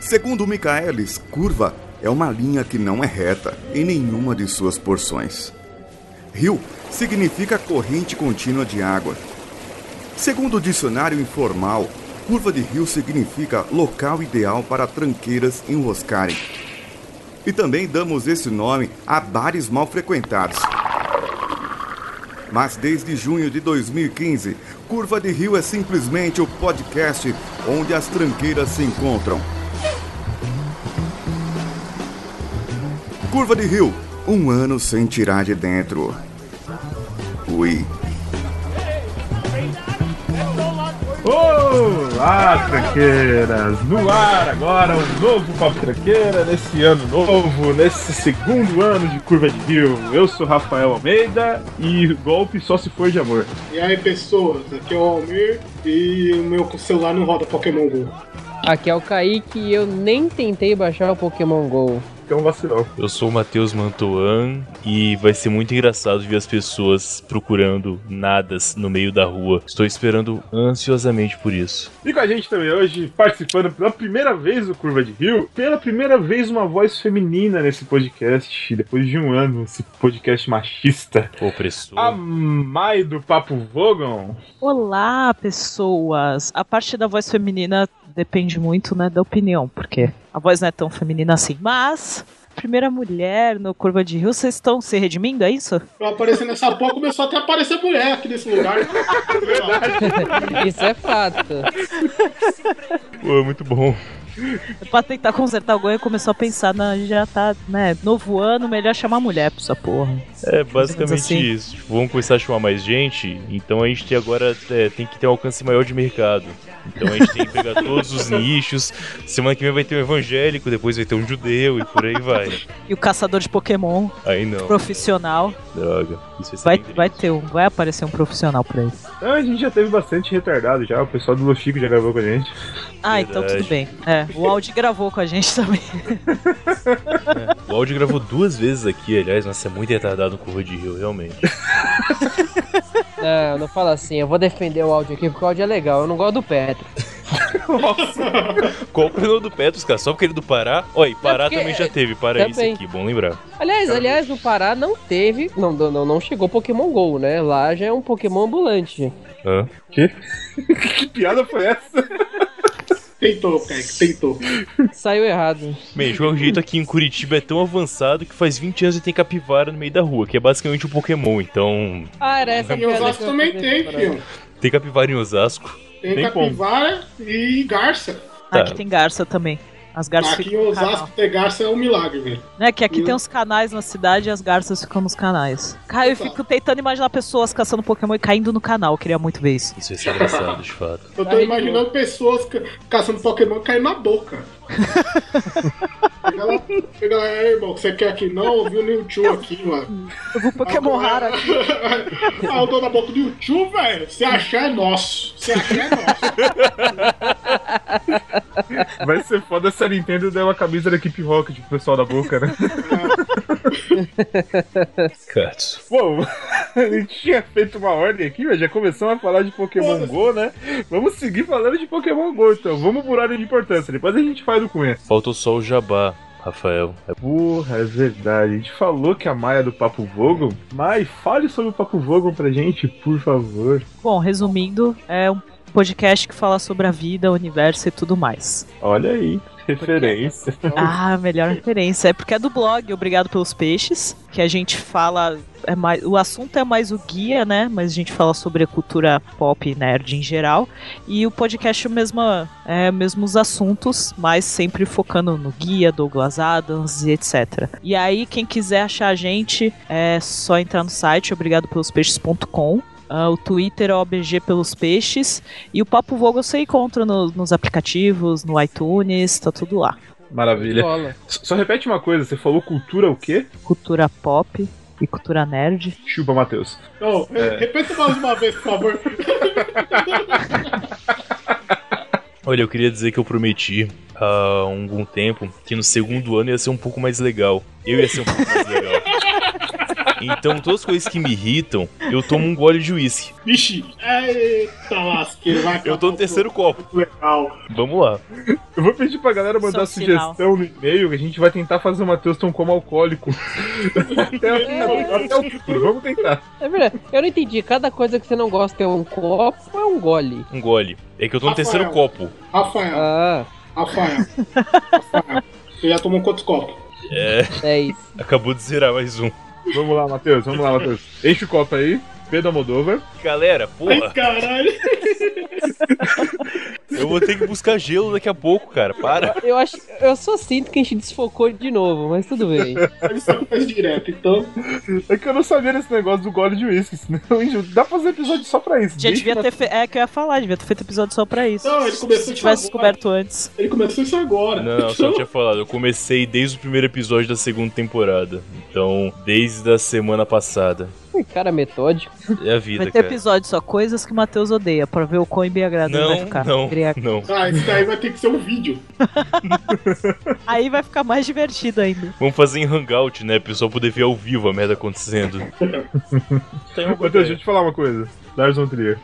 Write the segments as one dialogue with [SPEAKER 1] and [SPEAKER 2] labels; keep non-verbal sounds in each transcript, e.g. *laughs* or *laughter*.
[SPEAKER 1] Segundo Michaelis, curva é uma linha que não é reta em nenhuma de suas porções. Rio significa corrente contínua de água. Segundo o dicionário informal, curva de rio significa local ideal para tranqueiras enroscarem. E também damos esse nome a bares mal frequentados. Mas desde junho de 2015, Curva de Rio é simplesmente o podcast onde as tranqueiras se encontram. Curva de Rio, um ano sem tirar de dentro. Ui.
[SPEAKER 2] Olá, tranqueiras! No ar agora um novo Papo Tranqueira, nesse ano novo, nesse segundo ano de Curva de Rio. Eu sou Rafael Almeida e golpe só se for de amor.
[SPEAKER 3] E aí, pessoas, aqui é o Almir e o meu celular não roda Pokémon GO.
[SPEAKER 4] Aqui é o Kaique e eu nem tentei baixar o Pokémon GO. *laughs*
[SPEAKER 2] Então vacilão.
[SPEAKER 5] Eu sou o Matheus Mantoan e vai ser muito engraçado ver as pessoas procurando nadas no meio da rua. Estou esperando ansiosamente por isso.
[SPEAKER 2] E com a gente também hoje, participando pela primeira vez do Curva de Rio, pela primeira vez uma voz feminina nesse podcast, depois de um ano, esse podcast machista.
[SPEAKER 5] Opressor.
[SPEAKER 6] Ah,
[SPEAKER 2] A Mai do Papo Vogon.
[SPEAKER 6] Olá, pessoas! A parte da voz feminina depende muito, né, da opinião, porque a voz não é tão feminina assim. Mas, primeira mulher no Curva de Rio, vocês estão se redimindo, é isso?
[SPEAKER 3] Eu apareci nessa porra, começou até a aparecer mulher aqui nesse lugar.
[SPEAKER 4] Isso é fato.
[SPEAKER 5] Pô, é muito bom.
[SPEAKER 6] Pra tentar consertar alguém, eu começou a pensar, na, já tá, né, novo ano, melhor chamar mulher pra essa porra.
[SPEAKER 5] É basicamente
[SPEAKER 6] Assim.
[SPEAKER 5] isso. Tipo, vamos começar a chamar mais gente, então a gente tem agora é, tem que ter um alcance maior de mercado. Então a gente tem que
[SPEAKER 6] *laughs*
[SPEAKER 5] pegar todos os nichos. Semana que vem vai ter um evangélico, depois vai ter um judeu e por aí vai.
[SPEAKER 6] E o caçador de Pokémon
[SPEAKER 5] Aí não.
[SPEAKER 6] profissional
[SPEAKER 5] Droga. Isso é ser
[SPEAKER 6] vai,
[SPEAKER 5] bem
[SPEAKER 6] vai
[SPEAKER 5] triste.
[SPEAKER 6] ter um, vai aparecer um profissional pra ele.
[SPEAKER 2] Então a gente já teve bastante retardado já, o pessoal do Lofico já gravou com a gente.
[SPEAKER 6] Ah, então tudo bem. É, o Audi gravou com a gente *laughs* também.
[SPEAKER 5] O áudio gravou duas vezes aqui, aliás, nossa, é muito retardado com o Curva de Rio, realmente.
[SPEAKER 4] Não, não fala assim. Eu vou defender o áudio aqui porque o áudio é legal. Eu não gosto do Petro.
[SPEAKER 5] Qual o problema do Petros, cara? Só porque ele é do Pará? Ó, e Pará
[SPEAKER 4] É porque-
[SPEAKER 5] também já teve, para isso
[SPEAKER 4] Também.
[SPEAKER 5] aqui, bom lembrar.
[SPEAKER 4] Aliás, aliás, no Pará não teve. Não, não, não chegou Pokémon GO, né? Lá já é um Pokémon ambulante.
[SPEAKER 5] Hã?
[SPEAKER 2] Que piada foi essa?
[SPEAKER 3] tentou, Kaique, tentou.
[SPEAKER 4] Saiu errado.
[SPEAKER 5] Bem, de qualquer um jeito aqui em Curitiba é tão avançado que faz 20 anos que tem capivara no meio da rua, que é basicamente um Pokémon, então.
[SPEAKER 4] Ah, era essa
[SPEAKER 3] E os
[SPEAKER 4] piada.
[SPEAKER 3] ossos também tem, filho.
[SPEAKER 5] Tem capivara em Osasco.
[SPEAKER 3] Tem,
[SPEAKER 2] Tem como.
[SPEAKER 3] capivara e garça.
[SPEAKER 5] Tá.
[SPEAKER 6] Aqui tem garça também. As garças
[SPEAKER 3] Aqui em
[SPEAKER 6] ficam no canal.
[SPEAKER 3] Osasco ter garça é um milagre, velho.
[SPEAKER 6] Né, que aqui
[SPEAKER 3] Hum.
[SPEAKER 6] tem uns canais na cidade e as garças ficam nos canais. Cara, eu
[SPEAKER 3] Opa.
[SPEAKER 6] fico tentando imaginar pessoas caçando Pokémon e caindo no canal. Eu queria muito ver isso.
[SPEAKER 5] Isso vai ser engraçado, de fato.
[SPEAKER 3] Eu tô
[SPEAKER 4] Ai,
[SPEAKER 3] imaginando pessoas ca- caçando Pokémon caindo na boca. Chega lá, chega lá, "Ei, irmão, você quer aqui não? Eu vi o Mewtwo aqui, mano.
[SPEAKER 6] Eu vou Pokémon raro aqui.
[SPEAKER 3] *laughs* ah, eu tô na boca do Mewtwo, velho. Se achar é nosso. Se achar é
[SPEAKER 2] *laughs*
[SPEAKER 3] nosso.
[SPEAKER 2] Vai ser foda se a Nintendo der uma camisa da Equipe Rocket pro pessoal da boca, *laughs* né?
[SPEAKER 5] Catos.
[SPEAKER 2] Bom, a gente tinha feito uma ordem aqui, mas já começamos a falar de Pokémon
[SPEAKER 3] Foda-se.
[SPEAKER 2] GO, né? Vamos seguir falando de Pokémon GO, então. Vamos por ordem de importância. Depois a gente faz o cunha.
[SPEAKER 5] Faltou só o jabá, Rafael. É
[SPEAKER 2] Porra, é verdade. A gente falou que a Maia é do Papo Vogon. Mai, fale sobre o Papo Vogon pra gente, por favor.
[SPEAKER 6] Bom, resumindo, é um podcast que fala sobre a vida, o universo e tudo mais.
[SPEAKER 2] Olha aí, referência.
[SPEAKER 4] Então, um
[SPEAKER 6] *laughs* Ah, melhor referência. É porque é do blog Obrigado pelos Peixes, que a gente fala. É mais, o assunto é mais o guia, né? Mas a gente fala sobre a cultura pop e nerd em geral. E o podcast mesmo, é mesmos assuntos, mas sempre focando no guia, Douglas Adams e etc. E aí, quem quiser achar a gente, é só entrar no site obrigadopelospeixes.com. ah, o Twitter é OBG pelos peixes. E o Papo Vogo você encontra no- nos aplicativos, no iTunes, tá tudo lá.
[SPEAKER 2] Maravilha.
[SPEAKER 4] Cola.
[SPEAKER 2] S- Só repete uma coisa, você falou cultura o quê?
[SPEAKER 6] cultura pop e cultura nerd.
[SPEAKER 2] Chupa, Matheus.
[SPEAKER 3] Não,
[SPEAKER 2] É.
[SPEAKER 3] Então, repita mais uma vez, por favor.
[SPEAKER 5] Olha, eu queria dizer que eu prometi há
[SPEAKER 4] *laughs*
[SPEAKER 5] algum tempo que no segundo ano ia ser um pouco mais legal. Eu ia ser um pouco mais legal. Então, todas as coisas que me irritam, eu tomo um gole de uísque.
[SPEAKER 3] Vixe, eita lasqueira, vai
[SPEAKER 5] Eu tô no
[SPEAKER 3] acabar
[SPEAKER 5] terceiro copo.
[SPEAKER 3] tudo Legal.
[SPEAKER 5] Vamos lá.
[SPEAKER 2] Eu vou pedir pra galera mandar
[SPEAKER 6] Só um sinal.
[SPEAKER 2] sugestão no e-mail que a gente vai tentar fazer o Matheus tão como alcoólico. *laughs* até, o final,
[SPEAKER 6] É.
[SPEAKER 2] *laughs* até o futuro, vamos tentar.
[SPEAKER 4] É verdade. Eu não entendi. Cada coisa que você não gosta é um copo ou é um gole?
[SPEAKER 5] Um gole. É que eu tô no terceiro
[SPEAKER 3] Rafael.
[SPEAKER 5] copo.
[SPEAKER 3] Rafael,
[SPEAKER 4] Ah,
[SPEAKER 3] Rafael. Rafael, você já tomou quantos copos?
[SPEAKER 4] é isso.
[SPEAKER 5] Acabou de zerar mais um.
[SPEAKER 2] Vamos lá, Matheus, vamos lá, Matheus. Enche o copo aí, Pedro Almodóvar.
[SPEAKER 5] Galera,
[SPEAKER 3] Ai,
[SPEAKER 5] porra,
[SPEAKER 3] caralho.
[SPEAKER 5] eu vou ter que buscar gelo daqui a pouco, cara. Para.
[SPEAKER 4] Eu, acho, eu só sinto que a gente desfocou de novo, mas tudo bem.
[SPEAKER 3] Ele só faz direto, então.
[SPEAKER 2] É que eu não sabia desse negócio do gole de uísque, senão *laughs* dá pra fazer episódio só pra isso.
[SPEAKER 6] Já
[SPEAKER 2] Deixa
[SPEAKER 6] devia ter fe... É que eu ia falar, devia ter feito episódio só pra isso.
[SPEAKER 3] Não, ele começou
[SPEAKER 6] Se
[SPEAKER 3] de
[SPEAKER 6] tivesse
[SPEAKER 3] agora.
[SPEAKER 6] descoberto antes.
[SPEAKER 3] Ele começou isso agora.
[SPEAKER 5] Não, não, só tinha falado. Eu comecei desde o primeiro episódio da segunda temporada. Então, desde a semana passada.
[SPEAKER 4] Ui, Cara metódico.
[SPEAKER 5] É a vida,
[SPEAKER 6] Vai ter
[SPEAKER 5] cara.
[SPEAKER 6] episódio né, só coisas que o Matheus odeia, pra ver o quão embriagado ele vai
[SPEAKER 5] Não,
[SPEAKER 6] ficar.
[SPEAKER 5] não,
[SPEAKER 6] Embriagado.
[SPEAKER 5] não.
[SPEAKER 3] *laughs* Ah, esse daí vai ter que ser um vídeo.
[SPEAKER 6] Aí vai ficar mais divertido ainda.
[SPEAKER 5] Vamos fazer em hangout, né? Pro pessoal poder ver ao vivo a merda acontecendo. Tem uma
[SPEAKER 2] Matheus, deixa eu te falar uma coisa. Lars von Trier.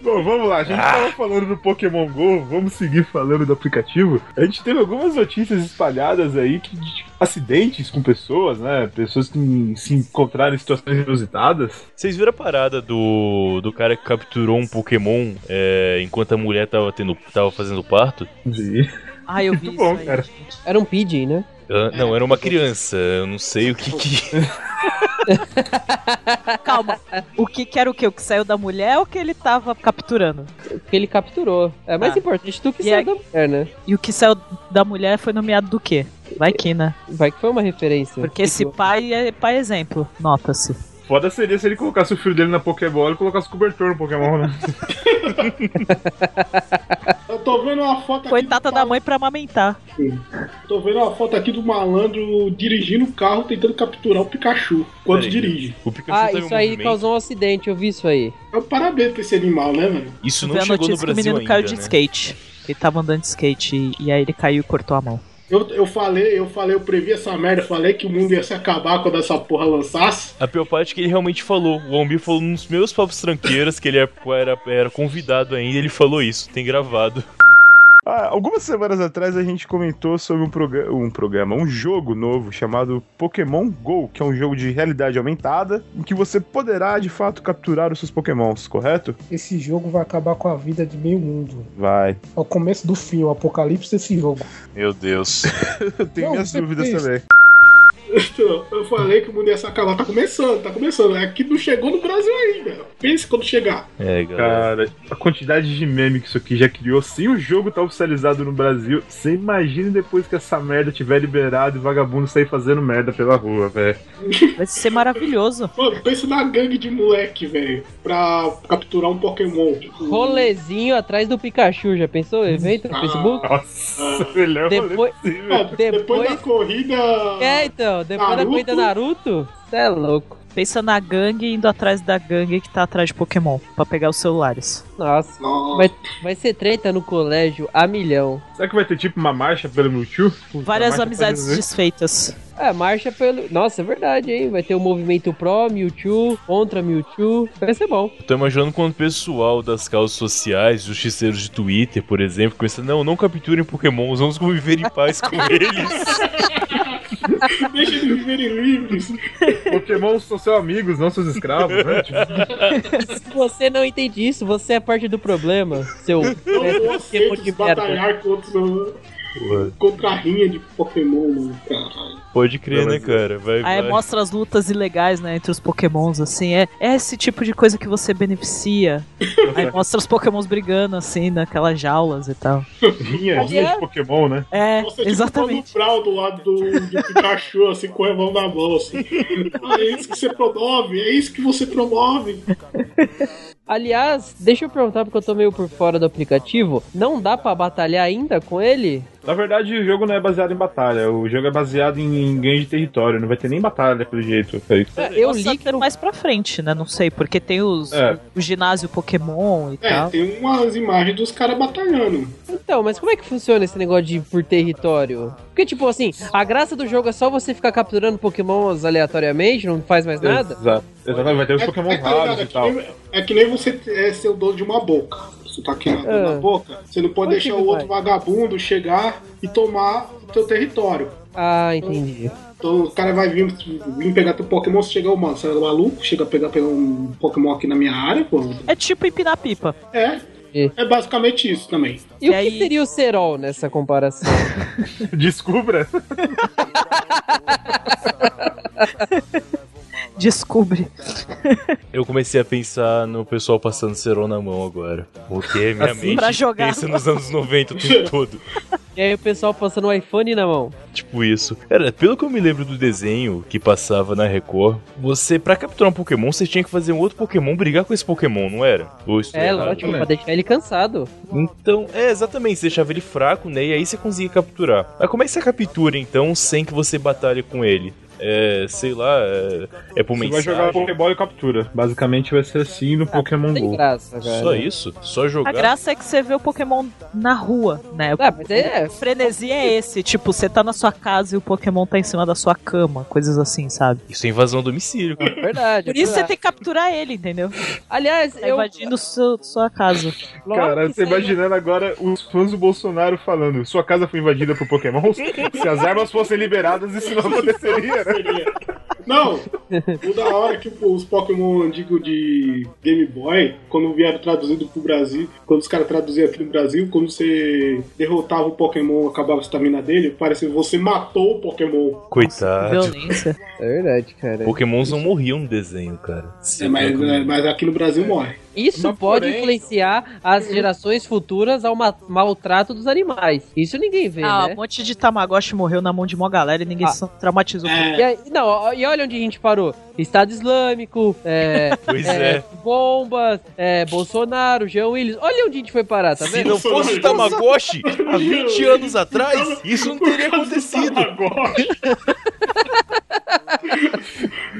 [SPEAKER 2] Bom, vamos lá. A gente tava falando do Pokémon GO, vamos seguir falando do aplicativo. A gente teve algumas notícias espalhadas aí que, de acidentes com pessoas, né? Pessoas que se encontraram em situações inusitadas.
[SPEAKER 5] Vocês viram a parada do, do cara que capturou um Pokémon é, enquanto a mulher tava, tendo, tava fazendo parto?
[SPEAKER 2] De...
[SPEAKER 6] Ah, eu vi
[SPEAKER 2] Muito
[SPEAKER 6] isso
[SPEAKER 2] bom,
[SPEAKER 6] aí,
[SPEAKER 2] cara.
[SPEAKER 6] gente.
[SPEAKER 4] Era um PJ, né?
[SPEAKER 5] Hã? não, era uma criança. Eu não sei o que que.
[SPEAKER 6] Calma, o que que era o quê? O que saiu da mulher ou o que ele tava capturando?
[SPEAKER 4] Porque ele capturou. É mais
[SPEAKER 6] Ah.
[SPEAKER 4] importante do que
[SPEAKER 6] E
[SPEAKER 4] saiu
[SPEAKER 6] aí-
[SPEAKER 4] da mulher, né?
[SPEAKER 6] E o que saiu da mulher foi nomeado do quê? Vai que, né?
[SPEAKER 4] Vai que foi uma referência. Tipo,
[SPEAKER 6] Porque esse pai é pai exemplo, nota-se.
[SPEAKER 2] Foda seria se ele colocasse o filho dele na Pokébola e colocasse cobertor no Pokémon, né?
[SPEAKER 3] Eu tô vendo uma foto aqui.
[SPEAKER 6] Coitada
[SPEAKER 3] do
[SPEAKER 6] da
[SPEAKER 3] mal-
[SPEAKER 6] mãe pra amamentar.
[SPEAKER 3] Tô vendo uma foto aqui do malandro dirigindo o carro tentando capturar o Pikachu quando
[SPEAKER 5] Peraí.
[SPEAKER 3] dirige.
[SPEAKER 5] O Pikachu
[SPEAKER 4] Ah,
[SPEAKER 5] tá em
[SPEAKER 4] isso aí
[SPEAKER 5] movimento.
[SPEAKER 4] causou um acidente, eu vi isso aí.
[SPEAKER 3] Então, parabéns pra esse animal, né, velho?
[SPEAKER 5] Isso
[SPEAKER 6] Vê
[SPEAKER 5] não
[SPEAKER 6] a
[SPEAKER 5] chegou no
[SPEAKER 6] notícia que o
[SPEAKER 5] Brasil
[SPEAKER 6] menino
[SPEAKER 5] ainda,
[SPEAKER 6] caiu de
[SPEAKER 5] né?
[SPEAKER 6] skate. Ele tava andando de skate e, e aí ele caiu e cortou a mão.
[SPEAKER 3] Eu, eu falei, eu falei, eu previ essa merda, eu falei que o mundo ia se acabar quando essa porra lançasse. *laughs*
[SPEAKER 5] A pior parte é que ele realmente falou. O Almir falou nos meus papos tranqueiras que ele era, era, era convidado ainda. Ele falou isso, tem gravado.
[SPEAKER 2] Ah, algumas semanas atrás a gente comentou sobre um, progra- um programa, um jogo novo chamado Pokémon GO, que é um jogo de realidade aumentada, em que você poderá de fato capturar os seus Pokémons, correto?
[SPEAKER 7] Esse jogo vai acabar com a vida de meio mundo.
[SPEAKER 2] Vai.
[SPEAKER 7] É o começo do fim, o apocalipse desse jogo.
[SPEAKER 5] Meu Deus.
[SPEAKER 2] Eu tenho
[SPEAKER 7] Não,
[SPEAKER 2] minhas
[SPEAKER 7] você
[SPEAKER 2] dúvidas
[SPEAKER 7] fez.
[SPEAKER 2] também.
[SPEAKER 3] Então, eu falei que o mundo ia se acabar. Tá começando, tá começando. É que não chegou no Brasil ainda. Pense quando chegar.
[SPEAKER 5] É, galera.
[SPEAKER 2] Cara, a quantidade de meme que isso aqui já criou, sem o jogo estar oficializado no Brasil, você imagina depois que essa merda tiver liberado e vagabundo sair fazendo merda pela rua, velho.
[SPEAKER 6] Vai ser maravilhoso.
[SPEAKER 3] Mano, pense na gangue de moleque, velho, pra capturar um Pokémon.
[SPEAKER 4] Rolezinho atrás do Pikachu, já pensou? Evento no
[SPEAKER 3] Ah.
[SPEAKER 4] Facebook?
[SPEAKER 2] Nossa, melhor
[SPEAKER 4] Depois-
[SPEAKER 3] Ah,
[SPEAKER 2] possível.
[SPEAKER 3] depois,
[SPEAKER 4] Depois-
[SPEAKER 3] da corrida.
[SPEAKER 4] É, então, depois da
[SPEAKER 3] Naruto?
[SPEAKER 4] corrida Naruto, você é louco.
[SPEAKER 6] Pensa na gangue indo atrás da gangue que tá atrás de Pokémon pra pegar os celulares.
[SPEAKER 4] Nossa.
[SPEAKER 3] Nossa.
[SPEAKER 4] Vai, vai ser treta no colégio a milhão.
[SPEAKER 2] Será que vai ter tipo uma marcha pelo Mewtwo? Puta,
[SPEAKER 6] Várias
[SPEAKER 2] marcha
[SPEAKER 6] amizades
[SPEAKER 2] pelo-
[SPEAKER 3] *laughs*
[SPEAKER 6] desfeitas.
[SPEAKER 4] É, marcha pelo. Nossa, é verdade, hein? Vai ter o movimento pró, Mewtwo, contra Mewtwo. Vai ser bom.
[SPEAKER 5] Tô imaginando quando o pessoal das causas sociais, justiceiros de Twitter, por exemplo, começa, não, não capturem pokémons, vamos conviver em paz
[SPEAKER 6] *laughs*
[SPEAKER 5] com eles.
[SPEAKER 3] Deixa eles viverem livres.
[SPEAKER 2] Pokémon são seus amigos, não seus escravos, né? Tipo,
[SPEAKER 4] Se você não entende isso, você é parte do problema, seu.
[SPEAKER 3] Eu não
[SPEAKER 4] Pokémon
[SPEAKER 3] aceito
[SPEAKER 4] de merda.
[SPEAKER 3] batalhar contra, contra a rinha de Pokémon, mano. Caralho.
[SPEAKER 5] Pode crer,
[SPEAKER 2] Não,
[SPEAKER 5] né,
[SPEAKER 2] mas- é.
[SPEAKER 5] cara?
[SPEAKER 3] É
[SPEAKER 5] Vai,
[SPEAKER 6] Aí é
[SPEAKER 5] vai.
[SPEAKER 6] mostra as lutas ilegais, né, entre os pokémons, assim, é, é esse tipo de coisa que você beneficia. Aí mostra os pokémons brigando, assim, naquelas jaulas e tal.
[SPEAKER 2] rinha, rinha de Pokémon, né?
[SPEAKER 6] É,
[SPEAKER 3] Nossa,
[SPEAKER 6] exatamente.
[SPEAKER 3] tipo o do lado do, do Pikachu, assim, com o revólver na mão, assim. Ah, é isso que você promove, é isso que você promove.
[SPEAKER 4] Aliás, deixa eu perguntar porque eu tô meio por fora do aplicativo. Não dá pra batalhar ainda com ele?
[SPEAKER 2] Na verdade, o jogo não é baseado em batalha. O jogo é baseado em ganho de território. Não vai ter nem batalha, pelo jeito. É isso.
[SPEAKER 4] É, eu
[SPEAKER 6] Possa
[SPEAKER 4] li que
[SPEAKER 6] ter
[SPEAKER 4] no-
[SPEAKER 6] mais pra frente, né? Não sei, porque tem os,
[SPEAKER 2] É.
[SPEAKER 6] o ginásio Pokémon e
[SPEAKER 3] É,
[SPEAKER 6] tal.
[SPEAKER 3] tem umas imagens dos caras batalhando.
[SPEAKER 4] Então, mas como é que funciona esse negócio de por território? Porque, tipo assim, a graça do jogo é só você ficar capturando pokémons aleatoriamente, não faz mais nada?
[SPEAKER 2] Exato. Exatamente, vai ter os
[SPEAKER 3] É,
[SPEAKER 2] Pokémon
[SPEAKER 3] é, tá ligado?
[SPEAKER 2] raros
[SPEAKER 3] É
[SPEAKER 2] e
[SPEAKER 3] que
[SPEAKER 2] tal.
[SPEAKER 3] nem- É que nem você é ser o dono de uma boca. Você tá aqui na, na boca, você não pode
[SPEAKER 4] Onde
[SPEAKER 3] deixar
[SPEAKER 4] que
[SPEAKER 3] o
[SPEAKER 4] vai?
[SPEAKER 3] outro vagabundo chegar e tomar o teu território.
[SPEAKER 4] Ah, entendi.
[SPEAKER 3] Então o cara vai vir, vir pegar teu Pokémon, se chegar, mano, você é maluco, chega a pegar, pegar um Pokémon aqui na minha área, pô.
[SPEAKER 6] É tipo empinar pipa.
[SPEAKER 3] É.
[SPEAKER 4] E-
[SPEAKER 3] É basicamente isso também.
[SPEAKER 4] E o
[SPEAKER 6] E aí-
[SPEAKER 4] que seria o Serol nessa comparação?
[SPEAKER 2] Descubra.
[SPEAKER 6] Descobre.
[SPEAKER 5] Eu comecei a pensar no pessoal passando cerol na mão agora. Porque minha
[SPEAKER 6] Assim,
[SPEAKER 5] mente
[SPEAKER 6] pra jogar.
[SPEAKER 5] pensa nos anos 90 o *laughs* tempo todo.
[SPEAKER 4] *laughs* e aí o pessoal passando o iPhone na mão.
[SPEAKER 5] Tipo isso. Cara, pelo que eu me lembro do desenho que passava na Record, você, pra capturar um Pokémon, você tinha que fazer um outro Pokémon brigar com esse Pokémon, não era? Ou eu estou
[SPEAKER 4] É,
[SPEAKER 5] errado?
[SPEAKER 4] lógico,
[SPEAKER 2] né?
[SPEAKER 4] pra deixar ele cansado.
[SPEAKER 5] Então, é exatamente, você deixava ele fraco, né? E aí você conseguia capturar. Mas como é que você captura, então, sem que você batalhe com ele? É, sei lá, é, é por
[SPEAKER 2] Você vai
[SPEAKER 5] mensagem.
[SPEAKER 2] jogar Pokébola e captura. Basicamente vai ser assim
[SPEAKER 6] Ah,
[SPEAKER 2] no Pokémon
[SPEAKER 4] Tem
[SPEAKER 2] GO.
[SPEAKER 4] graça, cara.
[SPEAKER 5] Só isso? Só
[SPEAKER 6] A
[SPEAKER 5] jogar?
[SPEAKER 6] graça é que você vê o Pokémon na rua, né?
[SPEAKER 4] Ah, mas é,
[SPEAKER 6] O frenesi é esse, tipo, você tá na sua casa e o Pokémon tá em cima da sua cama, coisas assim, sabe?
[SPEAKER 5] Isso é invasão ao domicílio, cara.
[SPEAKER 4] é verdade.
[SPEAKER 6] Por isso
[SPEAKER 4] é
[SPEAKER 6] você
[SPEAKER 4] verdade.
[SPEAKER 6] tem que capturar ele, entendeu?
[SPEAKER 4] Aliás,
[SPEAKER 6] Tá
[SPEAKER 4] eu...
[SPEAKER 6] invadindo seu- sua casa.
[SPEAKER 4] logo
[SPEAKER 2] Cara,
[SPEAKER 4] que
[SPEAKER 2] você
[SPEAKER 4] saiu-
[SPEAKER 2] imaginando agora os fãs do Bolsonaro falando: sua casa foi invadida por
[SPEAKER 6] *laughs*
[SPEAKER 2] Pokémons? Se as armas fossem liberadas, isso não aconteceria, né?
[SPEAKER 3] Seria. Não, o da hora é que os Pokémon antigos de Game Boy, quando vieram traduzido pro Brasil, quando os caras traduziam aqui no Brasil, quando você derrotava o Pokémon, acabava a estamina dele, parecia que você matou o Pokémon.
[SPEAKER 2] Ah,
[SPEAKER 5] Coitado.
[SPEAKER 2] tipo,
[SPEAKER 6] Violência.
[SPEAKER 4] É verdade, cara.
[SPEAKER 5] Pokémons não morriam no desenho, cara.
[SPEAKER 3] É, mas, é, mas aqui no Brasil morre.
[SPEAKER 4] Isso
[SPEAKER 2] Mas,
[SPEAKER 4] pode
[SPEAKER 2] porém-
[SPEAKER 4] influenciar as gerações futuras ao ma- maltrato dos animais. Isso ninguém vê,
[SPEAKER 6] Ah,
[SPEAKER 4] né?
[SPEAKER 6] um monte de Tamagotchi morreu na mão de uma galera e ninguém
[SPEAKER 4] Ah.
[SPEAKER 6] se traumatizou.
[SPEAKER 4] E, aí, não, ó, e olha onde a gente parou. Estado Islâmico, é,
[SPEAKER 5] *laughs* Pois
[SPEAKER 4] é,
[SPEAKER 5] é.
[SPEAKER 4] bombas, é, Bolsonaro, Jean Willis. Olha onde a gente foi parar, tá
[SPEAKER 5] Se
[SPEAKER 4] vendo?
[SPEAKER 5] não fosse
[SPEAKER 3] um
[SPEAKER 5] o Tamagotchi, há 20 anos atrás, isso não teria acontecido.
[SPEAKER 3] Agora.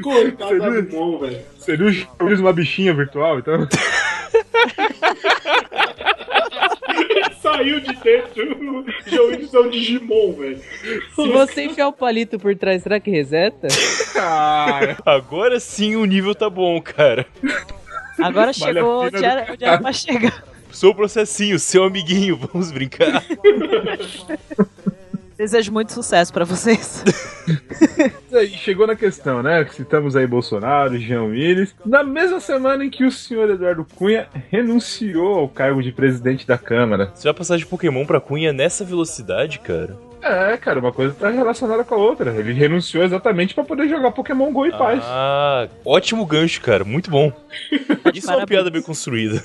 [SPEAKER 3] Coitado do Pokémon, velho.
[SPEAKER 2] Seria o Jules uma bichinha virtual, então.
[SPEAKER 3] Saiu de dentro. João Willis é um Digimon, velho.
[SPEAKER 4] Se você enfiar o palito por trás, será que reseta?
[SPEAKER 5] Agora sim o nível tá bom, cara.
[SPEAKER 6] Agora chegou
[SPEAKER 2] a pena
[SPEAKER 6] onde era, onde era pra chegar.
[SPEAKER 5] Sou o processinho, seu amiguinho, *laughs* vamos brincar.
[SPEAKER 6] Desejo muito sucesso pra vocês.
[SPEAKER 2] Aí chegou na questão, né? Citamos aí Bolsonaro, Jean Willis. Na mesma semana em que o senhor Eduardo Cunha renunciou ao cargo de presidente da Câmara.
[SPEAKER 5] Você vai passar de Pokémon pra Cunha nessa velocidade, cara?
[SPEAKER 2] É, cara, uma coisa tá relacionada com a outra. Ele renunciou exatamente pra poder jogar Pokémon GO em paz.
[SPEAKER 5] Ah, ótimo gancho, cara. Muito bom. Isso é uma
[SPEAKER 6] Parabéns.
[SPEAKER 5] piada bem construída.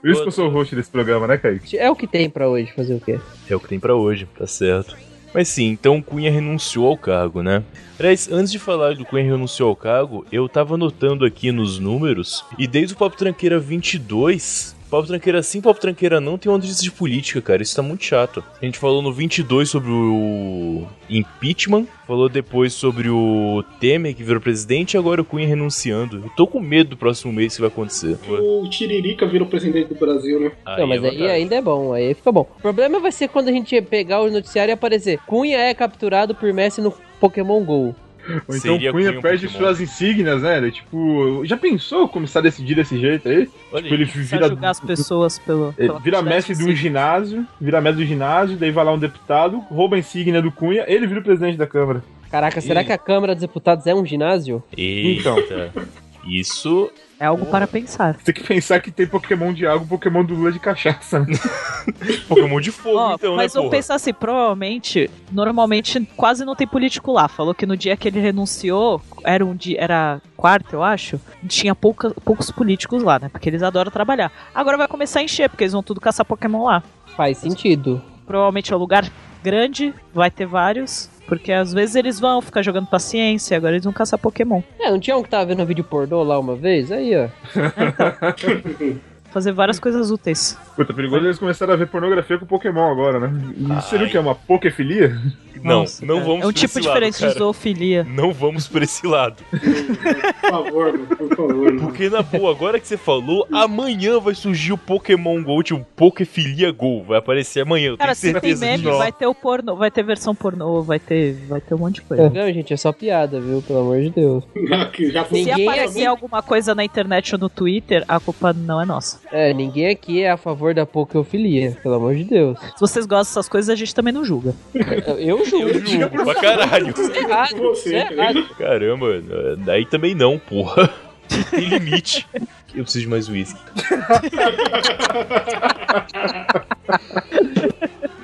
[SPEAKER 2] Por isso que eu sou o host desse programa, né, Kaique?
[SPEAKER 4] É o que tem pra hoje, fazer o quê?
[SPEAKER 5] É o que tem pra hoje, tá certo. Mas sim, então o Cunha renunciou ao cargo, né? Aliás, antes de falar do Cunha renunciou ao cargo, eu tava anotando aqui nos números, e desde o Papo Tranqueira 22, Papo Tranqueira sim, Papo Tranqueira não, tem uma notícia de política, cara, isso tá muito chato. A gente falou no 22 sobre o impeachment, falou depois sobre o Temer que virou presidente, e agora o Cunha renunciando. Eu tô com medo do próximo mês que vai acontecer.
[SPEAKER 3] O Tiririca virou presidente do Brasil, né?
[SPEAKER 4] não, mas
[SPEAKER 5] é
[SPEAKER 4] aí
[SPEAKER 5] verdade.
[SPEAKER 4] ainda é bom, aí fica bom. O problema vai ser quando a gente pegar o noticiário e aparecer Cunha é capturado por Messi no Pokémon GO.
[SPEAKER 2] Ou então
[SPEAKER 5] Seria
[SPEAKER 2] Cunha
[SPEAKER 5] Cunha um
[SPEAKER 2] perde
[SPEAKER 5] Pokémon.
[SPEAKER 2] suas insígnias, né? Ele, tipo, já pensou começar a decidir desse jeito aí?
[SPEAKER 5] Olha
[SPEAKER 2] Tipo, ele
[SPEAKER 5] aí.
[SPEAKER 6] Pra
[SPEAKER 2] vira,
[SPEAKER 6] julgar as pessoas pelo.
[SPEAKER 2] ele
[SPEAKER 6] pela É
[SPEAKER 2] vira
[SPEAKER 5] né,
[SPEAKER 6] quantidade
[SPEAKER 2] mestre
[SPEAKER 6] de
[SPEAKER 5] assim.
[SPEAKER 2] de um ginásio, vira mestre do ginásio, daí vai lá um deputado, rouba a insígnia do Cunha, ele vira o presidente da Câmara.
[SPEAKER 4] Caraca, será
[SPEAKER 5] Ih.
[SPEAKER 4] que a Câmara dos Deputados é um ginásio?
[SPEAKER 5] Eita.
[SPEAKER 4] Então.
[SPEAKER 5] Isso
[SPEAKER 6] É algo para pensar.
[SPEAKER 2] Tem que pensar que tem Pokémon de água, Pokémon do Lula de cachaça. né?
[SPEAKER 5] Pokémon de fogo,
[SPEAKER 6] Ó,
[SPEAKER 5] então,
[SPEAKER 6] mas
[SPEAKER 5] né,
[SPEAKER 6] vou
[SPEAKER 5] porra?
[SPEAKER 6] pensar assim, provavelmente, normalmente quase não tem político lá. Falou que no dia que ele renunciou, era um dia, era quarta, eu acho, tinha pouca, poucos políticos lá, né? Porque eles adoram trabalhar. Agora vai começar a encher, porque eles vão tudo caçar Pokémon lá.
[SPEAKER 4] Faz sentido.
[SPEAKER 6] Provavelmente é um lugar grande, vai ter vários. Porque às vezes eles vão ficar jogando paciência, agora eles vão caçar Pokémon.
[SPEAKER 4] É, não tinha um que tava vendo vídeo pornô lá uma vez? Aí, ó.
[SPEAKER 6] fazer várias coisas úteis.
[SPEAKER 2] Puta, perigoso eles começaram a ver pornografia com Pokémon agora, né? E seria o
[SPEAKER 5] Ai.
[SPEAKER 2] que? É uma pokefilia?
[SPEAKER 5] Não,
[SPEAKER 6] Nossa,
[SPEAKER 5] não
[SPEAKER 6] cara.
[SPEAKER 5] vamos
[SPEAKER 6] É
[SPEAKER 5] por
[SPEAKER 6] um tipo
[SPEAKER 5] esse
[SPEAKER 6] diferente
[SPEAKER 5] lado,
[SPEAKER 6] de
[SPEAKER 5] cara.
[SPEAKER 6] zoofilia.
[SPEAKER 5] Não vamos por esse lado.
[SPEAKER 3] Por favor, mano, por favor. mano.
[SPEAKER 5] Porque, na boa, agora que você falou, amanhã vai surgir o Pokémon GO, tipo, Pokefilia GO. Vai aparecer amanhã, eu
[SPEAKER 6] Cara,
[SPEAKER 5] tenho
[SPEAKER 6] se tem
[SPEAKER 5] certeza
[SPEAKER 6] meme,
[SPEAKER 5] disso.
[SPEAKER 6] vai ter o pornô, vai ter versão pornô, vai ter, vai ter um monte de coisa.
[SPEAKER 4] Não, gente, é só piada, viu? Pelo amor de Deus.
[SPEAKER 3] Aqui, já foi
[SPEAKER 6] Se
[SPEAKER 4] Ninguém
[SPEAKER 6] aparecer
[SPEAKER 4] aqui-
[SPEAKER 6] alguma coisa na internet ou no Twitter, a culpa não é nossa.
[SPEAKER 4] É, ninguém aqui é a favor da pokeofilia, pelo amor de Deus.
[SPEAKER 6] Se vocês gostam dessas coisas, a gente também não julga.
[SPEAKER 4] Eu juro.
[SPEAKER 5] Eu julgo pra caralho.
[SPEAKER 4] Errado,
[SPEAKER 3] Você,
[SPEAKER 4] isso é errado.
[SPEAKER 5] Caramba, daí também não, porra. Tem limite. Eu preciso de mais uísque.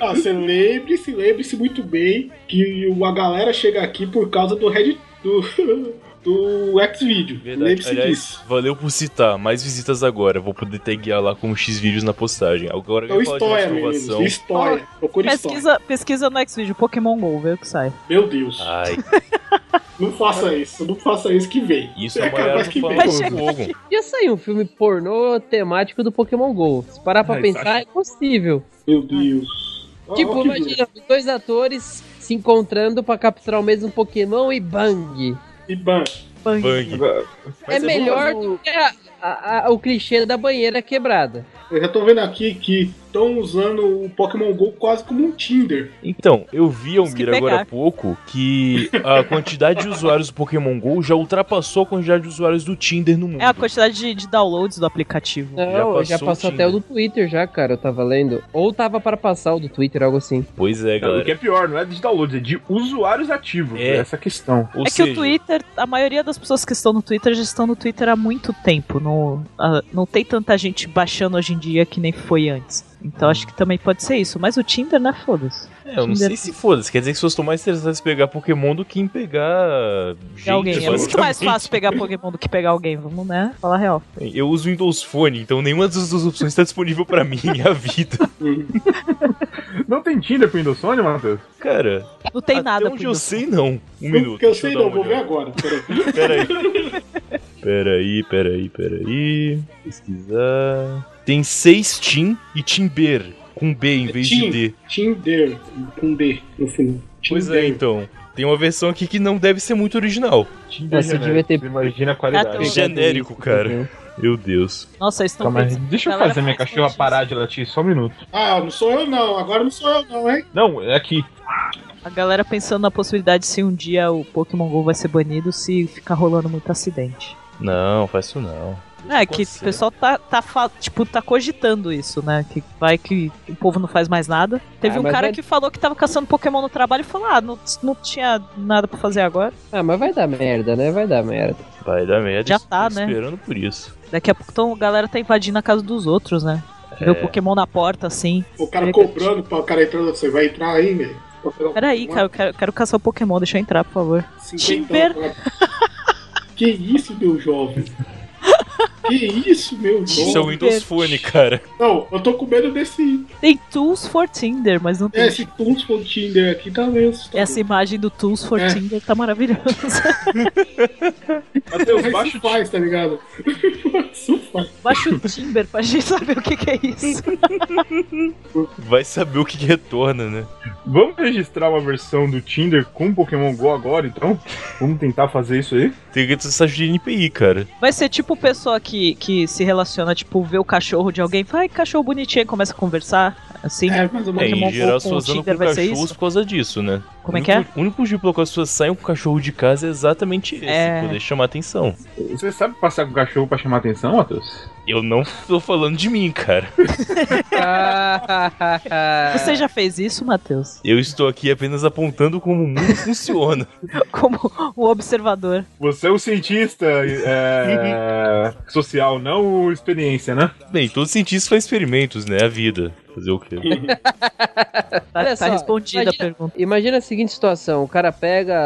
[SPEAKER 3] Ah, você lembre-se, lembre-se muito bem que o- a galera chega aqui por causa do Red do, *laughs* do Xvideo. Lembre-se
[SPEAKER 5] Aliás,
[SPEAKER 3] disso.
[SPEAKER 5] valeu por citar. Mais visitas agora. Vou poder taguear lá como X vídeos na postagem. Agora
[SPEAKER 3] Então
[SPEAKER 5] eu ia falar de
[SPEAKER 3] história, meninos.
[SPEAKER 5] masturbação.
[SPEAKER 3] História. Procura história.
[SPEAKER 6] Pesquisa, pesquisa no Xvideo, Pokémon GO, vê o que sai.
[SPEAKER 3] Meu Deus.
[SPEAKER 5] Ai,
[SPEAKER 3] Não faça isso. Não faça isso que vem.
[SPEAKER 5] isso
[SPEAKER 3] *laughs*
[SPEAKER 5] é maior
[SPEAKER 3] capaz
[SPEAKER 5] do
[SPEAKER 3] que
[SPEAKER 5] fala
[SPEAKER 3] vem.
[SPEAKER 5] do fogo.
[SPEAKER 4] Ia sair um filme pornô temático do Pokémon GO. Se parar pra
[SPEAKER 2] Ah, isso
[SPEAKER 4] pensar, é possível.
[SPEAKER 3] Meu Deus. Ó, ó
[SPEAKER 4] tipo,
[SPEAKER 3] que
[SPEAKER 4] imagina, os dois atores se encontrando pra capturar o mesmo Pokémon e bang.
[SPEAKER 3] vem. E ban.
[SPEAKER 5] Bang.
[SPEAKER 2] Agora,
[SPEAKER 4] é melhor do que a- a- a- o clichê da banheira quebrada.
[SPEAKER 3] Eu já tô vendo aqui que estão usando o Pokémon GO quase como um Tinder.
[SPEAKER 5] Então, eu vi,
[SPEAKER 6] Temos que
[SPEAKER 5] Almir, agora
[SPEAKER 6] pegar.
[SPEAKER 5] há pouco, que a quantidade de usuários do Pokémon GO já ultrapassou a quantidade de usuários do Tinder no mundo.
[SPEAKER 6] É a quantidade de, de downloads do aplicativo.
[SPEAKER 4] Não,
[SPEAKER 5] Já
[SPEAKER 4] já
[SPEAKER 5] passou
[SPEAKER 4] passou,
[SPEAKER 5] o
[SPEAKER 4] até
[SPEAKER 5] Tinder.
[SPEAKER 4] o do Twitter já, cara, eu tava lendo. Ou tava para passar o do Twitter, algo assim.
[SPEAKER 5] Pois
[SPEAKER 2] Não,
[SPEAKER 5] é,
[SPEAKER 2] o que
[SPEAKER 5] galera.
[SPEAKER 2] é pior, não é de download, é de usuários ativos.
[SPEAKER 5] É.
[SPEAKER 2] É essa a questão.
[SPEAKER 5] Ou
[SPEAKER 6] é que
[SPEAKER 5] seja,
[SPEAKER 6] o Twitter, a maioria das pessoas que estão no Twitter já estão no Twitter há muito tempo. Não, ah, não tem tanta gente baixando hoje em dia que nem foi antes. Então acho que também pode ser isso. Mas o Tinder, né? Foda-se.
[SPEAKER 5] É, eu não sei se foda-se. Quer dizer que se fosse tão mais interessadas em pegar Pokémon do que em pegar gente,
[SPEAKER 6] É alguém. É muito mais
[SPEAKER 5] basicamente.
[SPEAKER 6] fácil pegar Pokémon do que pegar alguém, vamos, né? Falar a real.
[SPEAKER 5] Eu uso Windows Phone, então nenhuma das duas opções está disponível pra mim em minha vida.
[SPEAKER 2] Não tem Tinder pro Windows Phone, Matheus?
[SPEAKER 5] Cara,
[SPEAKER 6] Não tem
[SPEAKER 5] até
[SPEAKER 6] nada
[SPEAKER 5] onde
[SPEAKER 6] pro
[SPEAKER 5] eu
[SPEAKER 6] Windows.
[SPEAKER 5] sei não. Um
[SPEAKER 3] Não,
[SPEAKER 5] minuto.
[SPEAKER 3] que eu
[SPEAKER 5] deixa
[SPEAKER 3] sei
[SPEAKER 5] dar
[SPEAKER 3] não,
[SPEAKER 5] uma
[SPEAKER 3] vou ver
[SPEAKER 5] olhada.
[SPEAKER 3] agora. Peraí.
[SPEAKER 5] Peraí. Peraí, peraí, peraí. Pesquisar. Tem seis Tim e Timber. Com B em vez
[SPEAKER 3] Tim.
[SPEAKER 5] de D.
[SPEAKER 3] Tinder com D no final.
[SPEAKER 5] Pois é,
[SPEAKER 3] Tinder.
[SPEAKER 5] então. Tem uma versão aqui que não deve ser muito original.
[SPEAKER 2] Tinder né?
[SPEAKER 4] Nossa, eu devia ter- Tá
[SPEAKER 2] Você Imagina a qualidade.
[SPEAKER 6] Ah, tem-
[SPEAKER 5] É Genérico, cara. Meu Deus.
[SPEAKER 6] Nossa, eles estão
[SPEAKER 2] Calma aí,
[SPEAKER 6] pensando.
[SPEAKER 2] deixa eu
[SPEAKER 6] Galera,
[SPEAKER 2] fazer minha
[SPEAKER 6] faz
[SPEAKER 2] cachorra
[SPEAKER 6] notícia.
[SPEAKER 2] parar de latir só um minuto.
[SPEAKER 3] Ah, não sou eu não. Agora não sou eu não, hein?
[SPEAKER 2] Não, é aqui.
[SPEAKER 6] A galera pensando na possibilidade se um dia o Pokémon GO vai ser banido se ficar rolando muito acidente.
[SPEAKER 5] Não, faz isso não.
[SPEAKER 6] É, que
[SPEAKER 5] acontecer.
[SPEAKER 6] o pessoal tá, tá, fa- tipo, tá cogitando isso, né? Que vai que o povo não faz mais nada. Teve
[SPEAKER 4] Ah,
[SPEAKER 6] um
[SPEAKER 4] mas
[SPEAKER 6] cara
[SPEAKER 4] vai-
[SPEAKER 6] que falou que tava caçando Pokémon no trabalho e falou: ah, não, não tinha nada pra fazer agora.
[SPEAKER 4] Ah, mas vai dar merda, né? Vai dar merda. *laughs*
[SPEAKER 5] Vai dar merda.
[SPEAKER 6] Já
[SPEAKER 5] estou
[SPEAKER 6] tá, né?
[SPEAKER 5] esperando por isso.
[SPEAKER 6] Daqui a pouco então, a galera tá invadindo a casa dos outros, né?
[SPEAKER 4] É.
[SPEAKER 6] Vê o Pokémon na porta assim.
[SPEAKER 3] O cara
[SPEAKER 6] É,
[SPEAKER 3] cobrando pra o cara entrando. Você vai entrar aí, velho? Pra pegar um
[SPEAKER 6] Peraí,
[SPEAKER 3] Pokémon?
[SPEAKER 6] cara, eu quero, quero caçar o Pokémon, deixa eu entrar, por favor.
[SPEAKER 3] 50
[SPEAKER 6] Timber.
[SPEAKER 3] anos. *laughs* Que isso, meu jovem? Que isso, meu
[SPEAKER 5] Isso é o
[SPEAKER 3] jovem?
[SPEAKER 5] Windows Phone, cara.
[SPEAKER 3] Não, eu tô com medo desse
[SPEAKER 6] Tem Tools for Tinder, mas não tem.
[SPEAKER 3] esse Tools com Tinder aqui, tá meio assustador.
[SPEAKER 6] Essa imagem do Tools for
[SPEAKER 3] É.
[SPEAKER 6] Tinder tá maravilhosa.
[SPEAKER 2] Matheus,
[SPEAKER 3] Mas
[SPEAKER 2] baixa
[SPEAKER 3] isso
[SPEAKER 2] o Tinder.
[SPEAKER 3] faz, tá ligado? *laughs* Isso faz.
[SPEAKER 6] Baixa o Tinder pra gente saber o que, que é isso.
[SPEAKER 5] Vai saber o que que retorna, né?
[SPEAKER 2] Vamos registrar uma versão do Tinder com Pokémon GO agora, então? Vamos tentar fazer isso aí?
[SPEAKER 5] Tem que ter essa de NPI, cara.
[SPEAKER 6] Vai ser tipo pessoa que, que se relaciona, tipo, vê o cachorro de alguém, fala, ai, que cachorro bonitinho, e começa a conversar, assim.
[SPEAKER 3] É, mas eu
[SPEAKER 5] É,
[SPEAKER 6] Pokémon
[SPEAKER 5] em
[SPEAKER 6] Go
[SPEAKER 5] geral,
[SPEAKER 6] com
[SPEAKER 5] as pessoas andam com
[SPEAKER 6] Tinder um vai ser
[SPEAKER 5] cachorros
[SPEAKER 6] isso?
[SPEAKER 5] por causa disso, né?
[SPEAKER 6] Como é
[SPEAKER 5] O
[SPEAKER 6] que é?
[SPEAKER 5] único- O único motivo pelo qual as pessoas saem com o cachorro de casa é exatamente esse,
[SPEAKER 6] É.
[SPEAKER 5] poder chamar atenção.
[SPEAKER 2] Você sabe passar com o cachorro pra chamar atenção, Matheus?
[SPEAKER 5] Eu não tô falando de mim, cara.
[SPEAKER 6] Você já fez isso, Matheus? *laughs*
[SPEAKER 5] Eu estou aqui apenas apontando como o mundo funciona. *laughs*
[SPEAKER 6] Como o observador.
[SPEAKER 2] Você é um cientista *laughs* é, social, não o experiência, né?
[SPEAKER 5] Bem, todo cientista faz experimentos, né? A vida. Fazer o quê?
[SPEAKER 6] Tá,
[SPEAKER 4] Olha
[SPEAKER 6] tá
[SPEAKER 4] só,
[SPEAKER 6] respondida
[SPEAKER 4] imagina-
[SPEAKER 6] a pergunta.
[SPEAKER 4] Imagina a seguinte situação: o cara pega.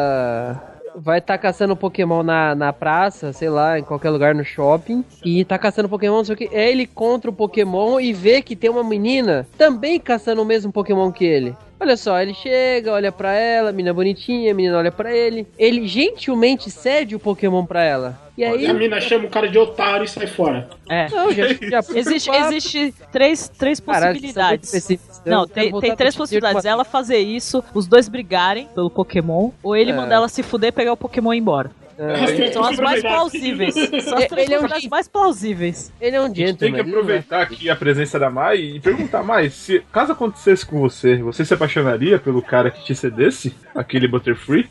[SPEAKER 4] Vai tá caçando Pokémon na, na praça, sei lá, em qualquer lugar no shopping, e tá caçando Pokémon, não sei o que. Aí ele contra o Pokémon e vê que tem uma menina também caçando o mesmo Pokémon que ele. Olha só, ele chega, olha pra ela, menina bonitinha, a menina olha pra ele. Ele gentilmente cede o Pokémon pra ela. E aí.
[SPEAKER 3] A mina chama o cara de otário e sai fora.
[SPEAKER 6] É.
[SPEAKER 4] Não, já, já
[SPEAKER 6] *laughs* Existe, existe três, três
[SPEAKER 4] é
[SPEAKER 6] possibilidades.
[SPEAKER 4] né?
[SPEAKER 6] Não, tem, tem três possibilidades. Ela fazer isso, os dois brigarem pelo Pokémon, ou ele
[SPEAKER 4] É.
[SPEAKER 6] mandar ela se fuder, pegar o Pokémon e ir embora. São as mais plausíveis. São as
[SPEAKER 4] Ele-
[SPEAKER 6] três
[SPEAKER 4] ele é um
[SPEAKER 6] possibilidades
[SPEAKER 4] gen-
[SPEAKER 6] mais plausíveis.
[SPEAKER 4] Ele é um
[SPEAKER 2] A gente tem
[SPEAKER 4] gentleman.
[SPEAKER 2] que
[SPEAKER 6] né?
[SPEAKER 2] aproveitar aqui a presença da Mai e perguntar, Mai, se caso acontecesse com você, você se apaixonaria pelo cara que te cedesse? Aquele Butterfree?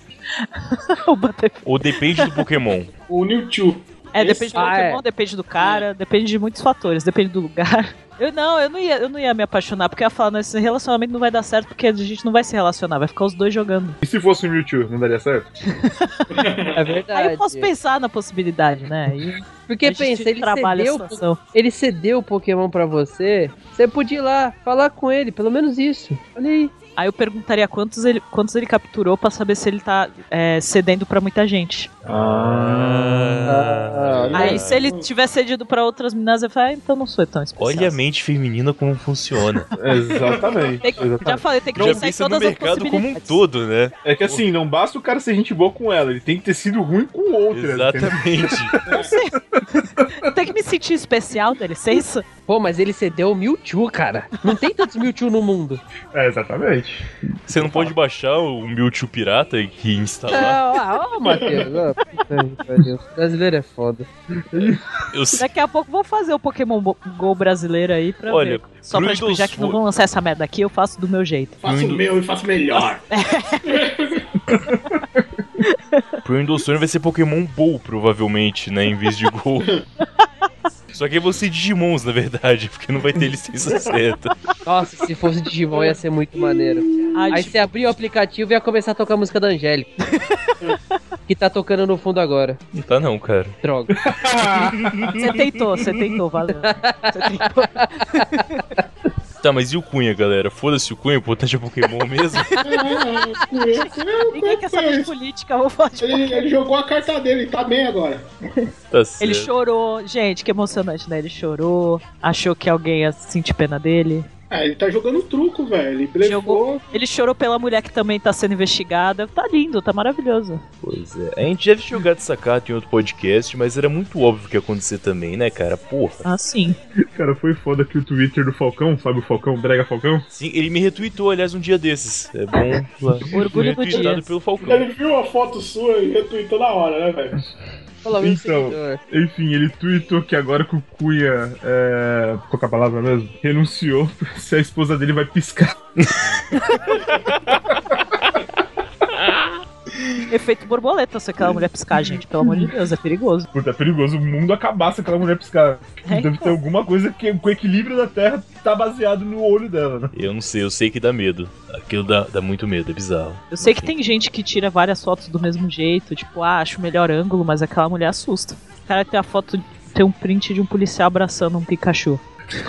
[SPEAKER 6] O Butterfly.
[SPEAKER 5] Ou depende do Pokémon.
[SPEAKER 3] O Newtwo.
[SPEAKER 6] É, depende do
[SPEAKER 4] Ah,
[SPEAKER 6] Pokémon,
[SPEAKER 4] é.
[SPEAKER 6] depende do cara, depende de muitos fatores, depende do lugar. *laughs* Eu não, eu não ia, eu não ia me apaixonar, porque eu ia falar, "Não, esse relacionamento não vai dar certo, porque a gente não vai se relacionar, vai ficar os dois jogando.
[SPEAKER 2] E se fosse um Mewtwo, não daria certo?
[SPEAKER 4] É verdade.
[SPEAKER 6] Aí eu posso pensar na possibilidade, né? Aí
[SPEAKER 4] Porque
[SPEAKER 6] a gente
[SPEAKER 4] pensa, ele
[SPEAKER 6] trabalha
[SPEAKER 4] cedeu,
[SPEAKER 6] a situação.
[SPEAKER 4] ele cedeu o Pokémon pra você. Você podia ir lá falar com ele, pelo menos isso. Olha aí.
[SPEAKER 6] Aí eu perguntaria quantos ele, quantos ele capturou pra saber se ele tá é, cedendo pra muita gente.
[SPEAKER 5] Ah,
[SPEAKER 6] Aí se ele tiver cedido pra outras meninas, eu falo, ah, então não sou tão especial.
[SPEAKER 5] Olha a mente feminina como funciona.
[SPEAKER 2] Exatamente.
[SPEAKER 6] Tem que- já
[SPEAKER 2] exatamente.
[SPEAKER 6] falei, tem
[SPEAKER 5] *laughs*
[SPEAKER 6] que
[SPEAKER 5] Já
[SPEAKER 6] pensar em
[SPEAKER 5] pensa no
[SPEAKER 6] todas as
[SPEAKER 5] mercado como um
[SPEAKER 6] possibilidades.
[SPEAKER 5] todo,
[SPEAKER 6] *laughs*
[SPEAKER 5] né?
[SPEAKER 2] É que assim, não basta o cara ser gente boa com ela, ele tem que ter sido ruim com né? outra. entendeu?
[SPEAKER 5] Exatamente.
[SPEAKER 6] *laughs* Tem que me sentir especial, dá licença?
[SPEAKER 4] Pô, mas ele cedeu o Mewtwo, cara. Não tem tantos Mewtwo no mundo.
[SPEAKER 2] É, exatamente.
[SPEAKER 5] Você não pode baixar o Mewtwo pirata e instalar.
[SPEAKER 4] Não, *laughs* ah, ô, Matheus. ó, puta que pariu. Brasileiro é foda.
[SPEAKER 6] Ah.
[SPEAKER 5] Eu sei.
[SPEAKER 6] Daqui a pouco vou fazer o Pokémon Bo- Go brasileiro aí pra
[SPEAKER 5] Olha,
[SPEAKER 6] ver. Só pra, tipo,
[SPEAKER 5] Bruidos
[SPEAKER 6] já que não
[SPEAKER 5] foi-
[SPEAKER 6] vão lançar essa merda aqui, eu faço do meu jeito.
[SPEAKER 3] Faço o meu e faço melhor.
[SPEAKER 5] Pro Endossorn vai ser Pokémon Bowl, provavelmente, né? Em vez de Gol.
[SPEAKER 6] *laughs*
[SPEAKER 5] Só que aí você é Digimons, na verdade, porque não vai ter licença certa.
[SPEAKER 4] Nossa, se fosse Digimon ia ser muito maneiro.
[SPEAKER 6] Ah,
[SPEAKER 4] Aí
[SPEAKER 6] tipo,
[SPEAKER 4] você abria o aplicativo e ia começar a tocar a música da *laughs* Angélica. que tá tocando no fundo agora.
[SPEAKER 5] Não tá não, cara.
[SPEAKER 4] Droga.
[SPEAKER 6] você tentou, você tentou, valeu. Você tentou.
[SPEAKER 5] Tá, mas e o Cunha, galera? Foda-se o Cunha, o importante é Pokémon
[SPEAKER 6] *laughs*
[SPEAKER 5] mesmo.
[SPEAKER 6] Ninguém quer saber de política, vou falar de Pokémon.
[SPEAKER 3] Ele, ele jogou a carta dele, tá bem agora.
[SPEAKER 5] Tá certo.
[SPEAKER 6] Ele chorou, gente, que emocionante, né? Ele chorou, achou que alguém ia sentir pena dele.
[SPEAKER 3] É, ele tá jogando truco, velho. Ele blefou.
[SPEAKER 6] Jogou. Ele chorou pela mulher que também tá sendo investigada. Tá lindo, tá maravilhoso.
[SPEAKER 5] Pois é. A gente deve jogar essa carta em outro podcast, mas era muito óbvio que ia acontecer também, né, cara? Porra.
[SPEAKER 6] Ah, sim.
[SPEAKER 2] Cara, foi foda que o Twitter do Falcão, sabe o Falcão, Brega Falcão?
[SPEAKER 5] Sim, ele me retweetou, aliás, um dia desses. É
[SPEAKER 6] *laughs*
[SPEAKER 5] bom. lá.
[SPEAKER 6] Orgulho do
[SPEAKER 5] Retweetado
[SPEAKER 6] dia.
[SPEAKER 5] pelo Falcão.
[SPEAKER 3] Ele viu a foto sua e retweetou na hora, né, velho?
[SPEAKER 4] Olha lá, meu
[SPEAKER 2] Então.
[SPEAKER 4] seguidor.
[SPEAKER 2] Enfim, ele tweetou que agora que o Cunha, é... qual que é a palavra mesmo? Renunciou *laughs* se a esposa dele vai piscar.
[SPEAKER 6] Efeito borboleta, se aquela mulher piscar, gente, pelo amor de Deus, é perigoso.
[SPEAKER 2] Puta, é perigoso o mundo acabar se aquela mulher piscar.
[SPEAKER 6] É,
[SPEAKER 2] Deve ter alguma coisa que o equilíbrio da Terra tá baseado no olho dela, né?
[SPEAKER 5] Eu não sei, eu sei que dá medo. Aquilo dá, dá muito medo, é bizarro.
[SPEAKER 6] Eu sei que tem gente que tira várias fotos do mesmo jeito, tipo, ah, acho o melhor ângulo, mas aquela mulher assusta. O cara tem a foto, tem um print de um policial abraçando um Pikachu.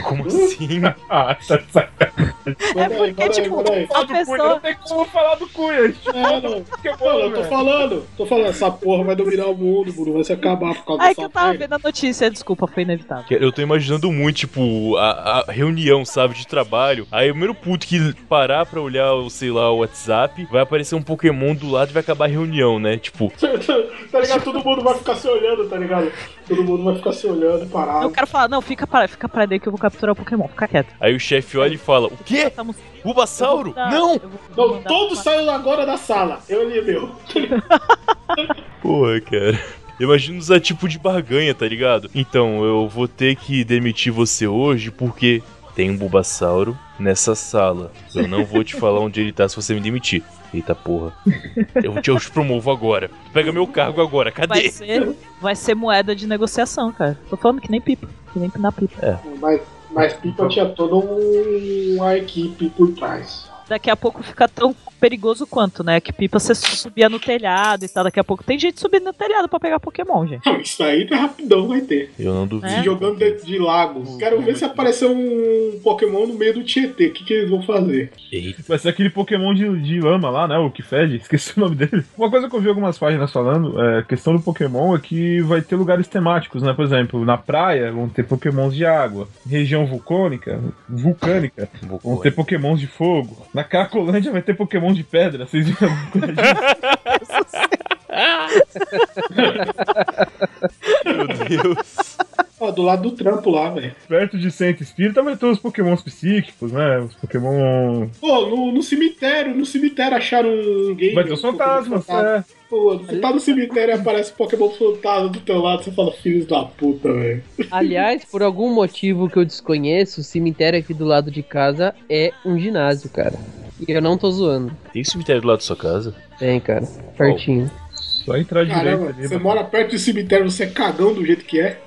[SPEAKER 5] Como assim?
[SPEAKER 2] Ah, tá de sacanagem.
[SPEAKER 6] É
[SPEAKER 3] Peraí,
[SPEAKER 6] porque,
[SPEAKER 3] peraí,
[SPEAKER 6] tipo,
[SPEAKER 3] peraí.
[SPEAKER 6] a
[SPEAKER 2] Não
[SPEAKER 6] pessoa.
[SPEAKER 2] tem como falar do Cunha, gente.
[SPEAKER 3] É, não.
[SPEAKER 2] Que
[SPEAKER 6] *laughs*
[SPEAKER 3] Mano,
[SPEAKER 2] bom,
[SPEAKER 3] eu tô
[SPEAKER 6] É.
[SPEAKER 2] velho.
[SPEAKER 3] falando, tô falando, essa porra vai dominar o mundo, Bruno, vai se acabar por causa
[SPEAKER 6] Ai,
[SPEAKER 3] dessa
[SPEAKER 6] que eu tava
[SPEAKER 3] merda. *laughs*
[SPEAKER 6] vendo a notícia, desculpa, foi inevitável.
[SPEAKER 5] Que *laughs* Eu tô imaginando muito, tipo, a, a reunião, sabe, de trabalho. Aí o primeiro puto que parar pra olhar, o, sei lá, o WhatsApp, vai aparecer um Pokémon do lado e vai acabar a reunião, né? Tipo,
[SPEAKER 3] tá ligado? Todo mundo vai ficar se olhando, tá ligado? Todo mundo vai ficar se olhando,
[SPEAKER 6] Eu
[SPEAKER 3] parado.
[SPEAKER 6] quero falar, não, fica para, fica para daí que eu vou capturar o Pokémon, fica quieto.
[SPEAKER 5] aí o chefe olha e fala: O quê?
[SPEAKER 6] Estamos-
[SPEAKER 5] Bulbasauro?
[SPEAKER 6] eu vou mandar-
[SPEAKER 5] Não!
[SPEAKER 6] eu vou
[SPEAKER 3] Não,
[SPEAKER 6] mandar-
[SPEAKER 3] todos saíram agora da sala. Eu ali, meu.
[SPEAKER 5] Porra, cara. Imagina usar tipo de barganha, tá ligado? Então, eu vou ter que demitir você hoje porque tem um Bulbasauro nessa sala. Eu não vou te falar onde ele tá se você me demitir. Eita porra. Eu te, eu te promovo agora. Pega meu cargo agora,
[SPEAKER 6] Vai
[SPEAKER 5] cadê?
[SPEAKER 6] ser, vai ser moeda de negociação, cara. Tô falando que nem pipa, que nem na pipa.
[SPEAKER 3] Mas, mas Pipa tinha toda um- uma equipe por trás.
[SPEAKER 6] daqui a pouco fica tão perigoso quanto, né? Que pipa você subia no telhado e tal. Daqui a pouco tem gente subindo no telhado pra pegar Pokémon, gente.
[SPEAKER 3] Não, isso aí tá rapidão, vai ter.
[SPEAKER 5] Eu não duvido.
[SPEAKER 6] É?
[SPEAKER 3] né? Se jogando dentro de lagos. Quero ver se aparecer um Pokémon no meio do Tietê. O que, que eles vão fazer?
[SPEAKER 5] Eita.
[SPEAKER 2] Vai ser aquele Pokémon de, de lama lá, né? O que fede, *laughs* esqueci o nome dele. Uma coisa que eu vi algumas páginas falando, é, questão do Pokémon é que vai ter lugares temáticos, né? Por exemplo, na praia vão ter Pokémons de água, região vulcânica, vulcânica, vão ter Pokémons de fogo. Na Cracolândia vai ter Pokémon de pedra, vocês viram?
[SPEAKER 5] Meu Deus.
[SPEAKER 3] Ó, Ah, do lado do trampo lá, velho.
[SPEAKER 2] Perto de Centro Espírita vai ter os Pokémons psíquicos, né? Os Pokémon.
[SPEAKER 3] Pô, no, no cemitério, no cemitério acharam um game.
[SPEAKER 2] Vai ter os
[SPEAKER 3] um
[SPEAKER 2] fantasmas,
[SPEAKER 3] Pokémon fantasma.
[SPEAKER 2] é.
[SPEAKER 3] Pô, tu tá no cemitério e aparece um Pokémon fantasma do teu lado, você fala, filhos da puta, velho.
[SPEAKER 4] Aliás, por algum motivo que eu desconheço, o cemitério aqui do lado de casa é um ginásio, cara. E eu não tô zoando.
[SPEAKER 5] Tem cemitério do lado da sua casa?
[SPEAKER 4] Tem, cara. Pertinho.
[SPEAKER 2] Oh. Só entrar direito
[SPEAKER 3] Caramba,
[SPEAKER 2] ali.
[SPEAKER 3] você
[SPEAKER 2] mano.
[SPEAKER 3] mora perto do cemitério, você é cagão do jeito que é.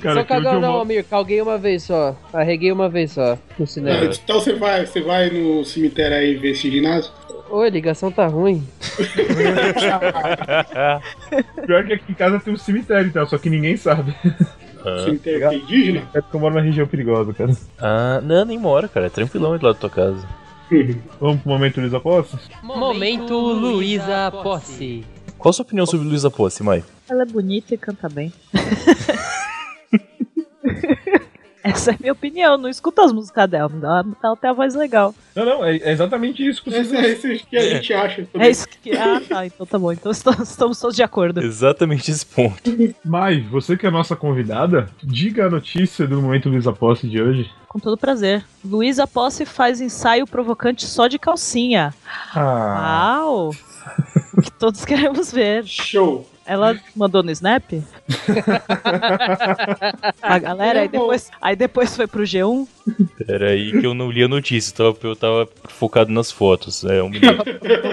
[SPEAKER 2] Cara, aqui
[SPEAKER 4] só
[SPEAKER 2] onde
[SPEAKER 4] cagão
[SPEAKER 2] eu
[SPEAKER 4] não,
[SPEAKER 2] moro-
[SPEAKER 4] Amir. Caguei uma vez só. Arreguei uma vez só no cinema.
[SPEAKER 5] É.
[SPEAKER 3] Então você vai, você vai no cemitério aí ver esse ginásio?
[SPEAKER 4] Oi, a ligação tá ruim.
[SPEAKER 2] Pior que aqui em casa tem um cemitério, tá? Só que ninguém sabe. *laughs*
[SPEAKER 5] Ah.
[SPEAKER 3] Cemitério que é indígena?
[SPEAKER 2] É porque eu moro na região perigosa, cara.
[SPEAKER 5] Ah, não, nem mora, cara. É tranquilão aí do lado da tua casa.
[SPEAKER 2] Vamos pro momento Luiz Aposta?
[SPEAKER 4] Momento Luísa Posse.
[SPEAKER 5] Qual a sua opinião sobre Luísa Posse, Mai?
[SPEAKER 6] Ela é bonita e canta bem. *laughs* Essa é a minha opinião, não escuta as músicas dela, ela ela tem a voz legal.
[SPEAKER 2] Não, não, é, é exatamente isso que vocês
[SPEAKER 3] Esse é isso que a gente acha
[SPEAKER 6] É
[SPEAKER 3] também.
[SPEAKER 6] isso que. Ah, tá, então tá bom, então estamos, estamos todos de acordo.
[SPEAKER 5] Exatamente esse ponto.
[SPEAKER 2] Mai, você que é a nossa convidada, diga a notícia do momento Luiz Aposta de hoje.
[SPEAKER 6] Com todo prazer. Luísa Posse faz ensaio provocante só de calcinha.
[SPEAKER 2] Ah,
[SPEAKER 6] Uau! O que todos *laughs* queremos ver.
[SPEAKER 3] Show.
[SPEAKER 6] Ela mandou no Snap? a galera, aí depois, aí depois foi pro G1.
[SPEAKER 5] Pera aí que eu não li a notícia, tava- eu tava focado nas fotos. É, um minuto.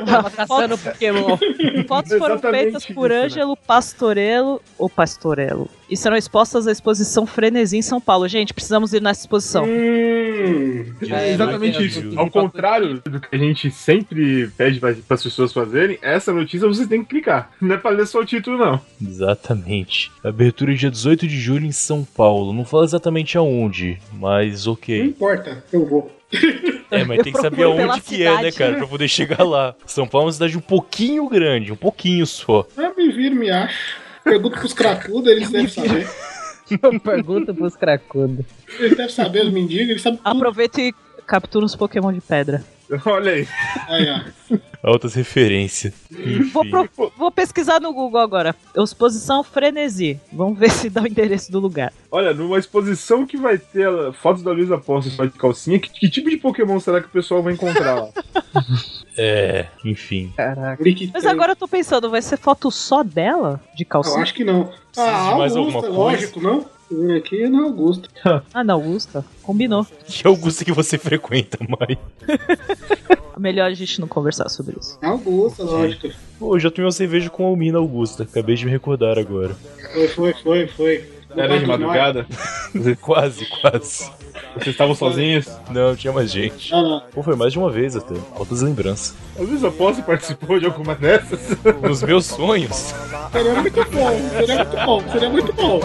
[SPEAKER 4] Tava caçando Pokémon.
[SPEAKER 6] *laughs* Fotos foram
[SPEAKER 2] Exatamente
[SPEAKER 6] feitas por
[SPEAKER 2] isso, né?
[SPEAKER 6] Ângelo Pastorello ou Pastorello e serão expostas à exposição Frenesi em São Paulo. Gente, precisamos ir nessa exposição.
[SPEAKER 3] Hum,
[SPEAKER 2] é exatamente
[SPEAKER 4] Deus,
[SPEAKER 2] isso.
[SPEAKER 4] tudo
[SPEAKER 2] Ao
[SPEAKER 4] de papel.
[SPEAKER 2] contrário do que a gente sempre pede para as pessoas fazerem, essa notícia vocês têm que clicar. Não é pra ler só o título, não. *laughs*
[SPEAKER 5] Exatamente. Abertura dia 18 de julho em São Paulo. Não fala exatamente aonde, mas
[SPEAKER 3] não
[SPEAKER 5] ok.
[SPEAKER 3] importa, eu vou.
[SPEAKER 5] É, mas
[SPEAKER 6] Eu
[SPEAKER 5] tem que saber
[SPEAKER 6] procuro pela
[SPEAKER 5] aonde que é, né,
[SPEAKER 6] cidade.
[SPEAKER 5] cara, pra poder chegar lá. São Paulo é uma cidade um pouquinho grande, um pouquinho só.
[SPEAKER 3] Ah, me viro, me acho. Pergunto pros cracudos,
[SPEAKER 6] *laughs*
[SPEAKER 3] eles devem saber.
[SPEAKER 4] Pergunta pros cracudos.
[SPEAKER 3] Eles devem saber, os mendigos, eles sabem tudo.
[SPEAKER 6] Aproveita e captura uns Pokémon de pedra.
[SPEAKER 2] Olha aí.
[SPEAKER 3] Aí, ó.
[SPEAKER 5] Altas referências.
[SPEAKER 6] Vou,
[SPEAKER 5] Enfim.
[SPEAKER 6] pro- vou pesquisar no Google agora. Exposição Frenesi. Vamos ver *laughs* se dá o endereço do lugar.
[SPEAKER 2] Olha, numa exposição que vai ter ela- fotos da Luísa Posse só de calcinha, que, que tipo de Pokémon será que o pessoal vai encontrar lá?
[SPEAKER 5] É, enfim.
[SPEAKER 4] Caraca.
[SPEAKER 3] Lick
[SPEAKER 6] Ah, Mas
[SPEAKER 3] tem.
[SPEAKER 6] agora eu tô pensando, vai ser foto só dela? De
[SPEAKER 3] Eu
[SPEAKER 6] calcinha?
[SPEAKER 3] acho que não.
[SPEAKER 5] Precisa
[SPEAKER 3] Ah,
[SPEAKER 5] de mais
[SPEAKER 3] Augusta,
[SPEAKER 5] alguma coisa?
[SPEAKER 3] lógico, não? Tô vendo Aqui não, é Augusta.
[SPEAKER 6] Ah, não, Augusta. Combinou.
[SPEAKER 5] Que Augusta que você *laughs* frequenta, Mai?
[SPEAKER 6] Melhor a gente não conversar sobre isso.
[SPEAKER 3] Augusta, é lógico.
[SPEAKER 5] Pô, eu já tomei uma cerveja com a Almina Augusta. Acabei de me recordar agora.
[SPEAKER 3] Foi, foi, foi, foi.
[SPEAKER 2] Era de madrugada?
[SPEAKER 5] Quase, quase.
[SPEAKER 2] Vocês estavam sozinhos?
[SPEAKER 5] Não, tinha mais gente.
[SPEAKER 3] Não, não.
[SPEAKER 5] Pô, foi mais de uma vez até. Altas lembranças.
[SPEAKER 2] A Luísa Posse participou de alguma dessas?
[SPEAKER 5] Nos meus sonhos.
[SPEAKER 3] Seria muito bom, seria muito bom, seria muito bom.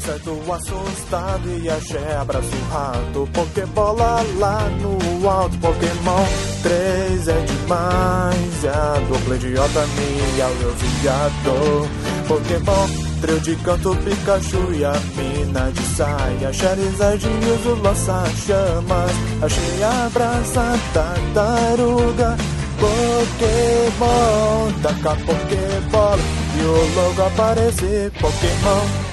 [SPEAKER 8] Certo assustado e axé abraço o rato Pokébola lá no alto Pokémon Três é demais É a dupla idiota minha Eu viado Pokémon Trio de canto Pikachu e a mina de saia Charizard e uso lança-chamas Achei abraça tartaruga Pokémon, taca Pokébola E o logo aparece Pokémon